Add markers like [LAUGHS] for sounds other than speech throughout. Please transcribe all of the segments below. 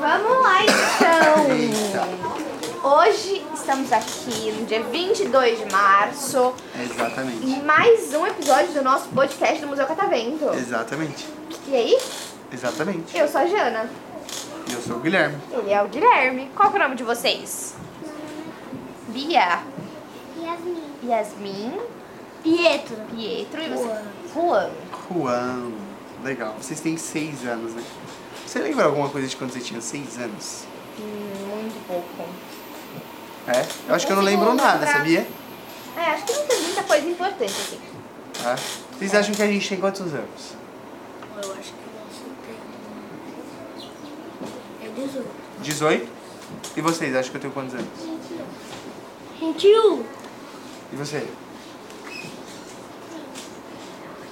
Vamos lá então! Hoje estamos aqui no dia 22 de março, Exatamente. em mais um episódio do nosso podcast do Museu Catavento. Exatamente. E aí, Exatamente. eu sou a Jana, Eu sou o Guilherme. ele é o Guilherme. Qual que é o nome de vocês? Bia, Yasmin. Yasmin, Pietro. Pietro e você? Juan. Juan. Legal. Vocês têm seis anos, né? Você lembra alguma coisa de quando você tinha seis anos? Hum, muito pouco. É? Eu acho que eu não lembro nada, sabia? É, acho que não tem muita coisa importante assim. Tá? Vocês acham que a gente tem quantos anos? Eu acho que você tem. É 18. 18? E vocês acham que eu tenho quantos anos? 21. E você?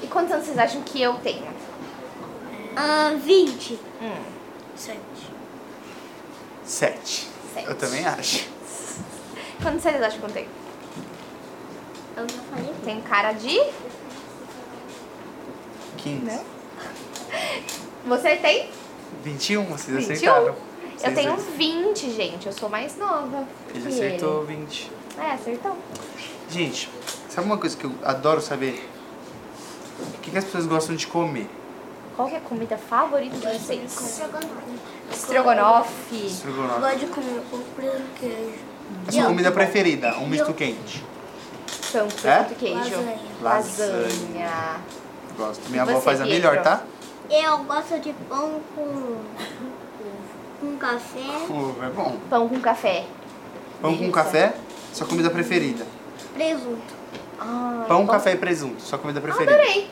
E quantos anos vocês acham que eu tenho? Ah, 20. Hum, 7. Sete. Sete. Eu também acho. quantos vocês acham que eu tenho? Eu já falei. Tem cara de... Quinze. Não. Você tem Vinte e um, vocês 21? acertaram. Eu Vocês tenho um dois. 20, gente. Eu sou mais nova. Ele que acertou vinte. ele. É, acertou. Gente, sabe uma coisa que eu adoro saber? O que, que as pessoas gostam de comer? Qual que é a comida favorita de vocês? Estrogonofe. Estrogonofe. Eu Estrogonofe. gosto de comer com preso queijo. é A sua comida Yum. preferida? Um misto quente. Tanto É? quanto queijo. Lasanha. Lasanha. Lasanha. Gosto. Minha E avó você, faz a Pietro? melhor, tá? Eu gosto de pão com. com café, Uh, é bom. Pão com café. Pão com Delícia. café, sua comida preferida. presunto. Ah, Pão, café e presunto, sua comida preferida. Adorei.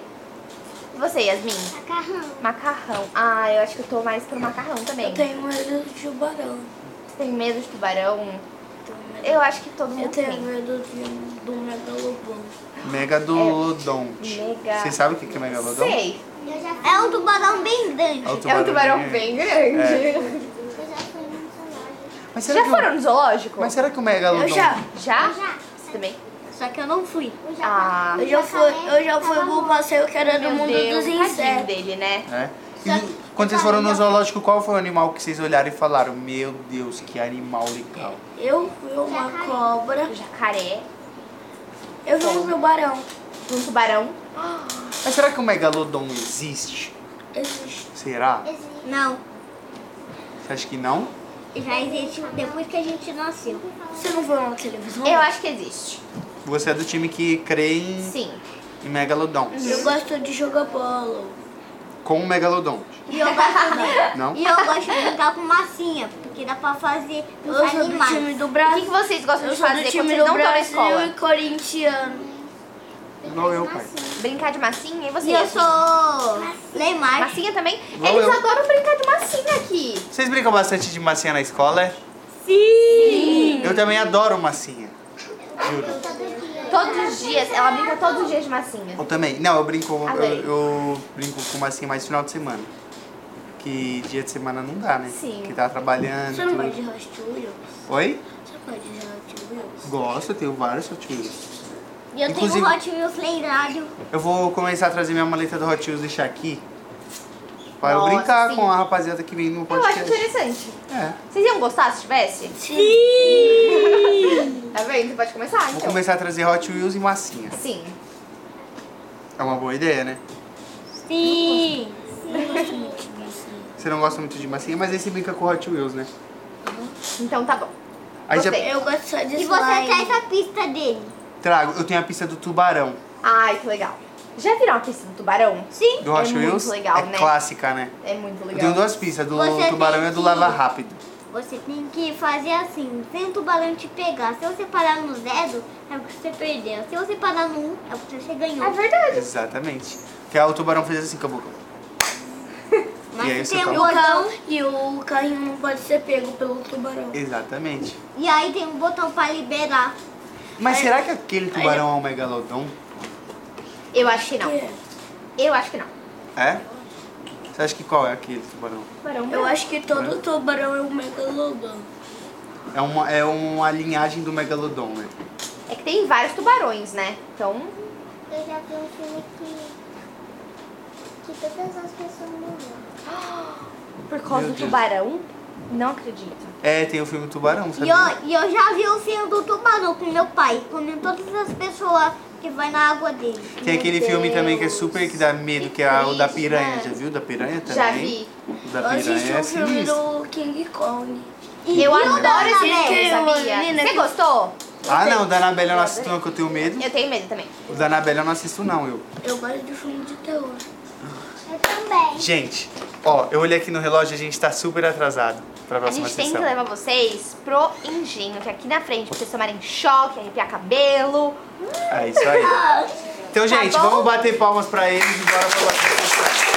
E você, Yasmin? Macarrão. Macarrão. Ah, eu acho que eu tô mais pro macarrão também. Eu tenho medo de tubarão. Você tem medo de tubarão? Tenho medo- Eu acho que todo mundo Eu tem. tenho medo de, um, do megalobão. Megadodonte. Mega- Vocês sabem o que que é megalodonte? Sei. É um tubarão bem grande. É o É um tubarão de- bem grande. Eu já fui no cenário. Mas será, Já que foram no zoológico? O... É. Mas será que o megalodonte... Eu já. Já? Já. Você também? Só que eu não fui. Ah, Eu já fui, eu já fui pro passeio que era do meu mundo Deus, dos tadinho insetos. dele, né? É. Só E que- quando vocês só que foram no não. zoológico, qual foi o animal que vocês olharam e falaram, meu Deus, que animal legal? Eu vi uma cobra, O jacaré, eu vi um tubarão. um tubarão. Mas será que o megalodon existe? Existe. Será? Não, Você acha que não? já existe depois que a gente nasceu. Você não viu na televisão? Eu acho que existe. Você é do time que crê em, Sim. em megalodon. Uhum. Eu gosto de jogar bola. Com o megalodon. E eu gosto [LAUGHS] Não? E eu gosto de brincar com massinha, porque dá pra fazer Eu os sou do time animais. do O que, que Brasil. vocês gostam Eu de sou do fazer quando time vocês do não estão na Brasil escola? e corintiano. Igual eu, pai. Assim, Brincar de massinha e E vocês? eu sou Neymar. Massinha também? Igual Eles eu. adoram brincar de massinha aqui. Vocês brincam bastante de massinha na escola? é? Sim! Eu também adoro massinha. Juro. Todos os dias, ela brinca todos os dias de massinha. Eu também. Não, eu brinco. Adorei. Eu, eu brinco com massinha mais final de semana. Que dia de semana não dá, né? Sim. Que tá trabalhando. Você não tudo. gosta de Hot Wheels? Oi? Você gosta de Hot Wheels? Gosto, eu tenho vários Hot Wheels. E eu Inclusive- tenho um Hot Wheels lendário. Eu vou começar a trazer minha maleta do Hot Wheels e deixar aqui. Para eu Nossa, brincar sim. com a rapaziada que vem no Eu acho podcast. interessante. É. Vocês iam gostar se tivesse? Sim. Tá vendo? Você pode começar, Vou então. começar a trazer Hot Wheels e massinha. Sim. É uma boa ideia, né? Sim. Eu gosto muito de massinha. Você não gosta muito de massinha, mas aí você brinca com Hot Wheels, né? Então tá bom. Aí já Gostei. Eu gosto só de E você slime. quer essa pista dele? trago. Eu tenho a pista do tubarão Ai, que legal. Já viram a pista do tubarão? Sim. do É Hot muito Wheels. legal, é né? clássica, né? É muito Eu tenho legal. é duas pistas, do Você tubarão tem e do que- lava rápido. Você tem que fazer assim, sem o tubarão te pegar. Se você parar no zero, é porque você perdeu. Se você parar no um, é porque você ganhou. É verdade. Exatamente. Que é o tubarão fez assim com a boca. Mas E aí você tá tem um fala. E o, carro, botão. e o carrinho não pode ser pego pelo tubarão. Exatamente. E aí tem um botão pra liberar. Mas será que aquele tubarão é um megalodon? Eu acho que não. É. Eu acho que não. É? Você acha que qual é aquele tubarão? Tubarão Eu acho que todo tubarão é um megalodon. É uma, é uma linhagem do Megalodon, né? É que tem vários tubarões, né? Então, Eu já vi um filme que. que todas as pessoas morreram. por causa Meu do Deus. tubarão, não acredito. É, tem o filme Tubarão, E sabe? eu, e eu já vi o filme do tubarão com meu pai, comendo todas as pessoas que vai na água dele. Tem Meu aquele filme também que é Deus. super que dá medo, que, Que é o da triste, piranha. né? Já viu o da piranha também? Já vi. O da Eu assisti piranha é um filme sinistro. do King Kong. E eu o adoro Dona esse Bela? filme, sabia? Menina, Você que- gostou? Ah, não, o da Anabelle eu não assisto não, que eu tenho medo. Eu tenho medo também. O da Anabelle eu não assisto não, eu. Eu gosto de filme de terror. Eu também. Gente, ó, eu olhei aqui no relógio e a gente tá super atrasado pra A próxima gente tem que sessão. levar vocês pro engenho, que é aqui na frente, pra vocês tomarem choque, arrepiar cabelo. [LAUGHS] É isso aí. Então, gente, Tá bom? vamos bater palmas pra eles e bora pra próxima sessão.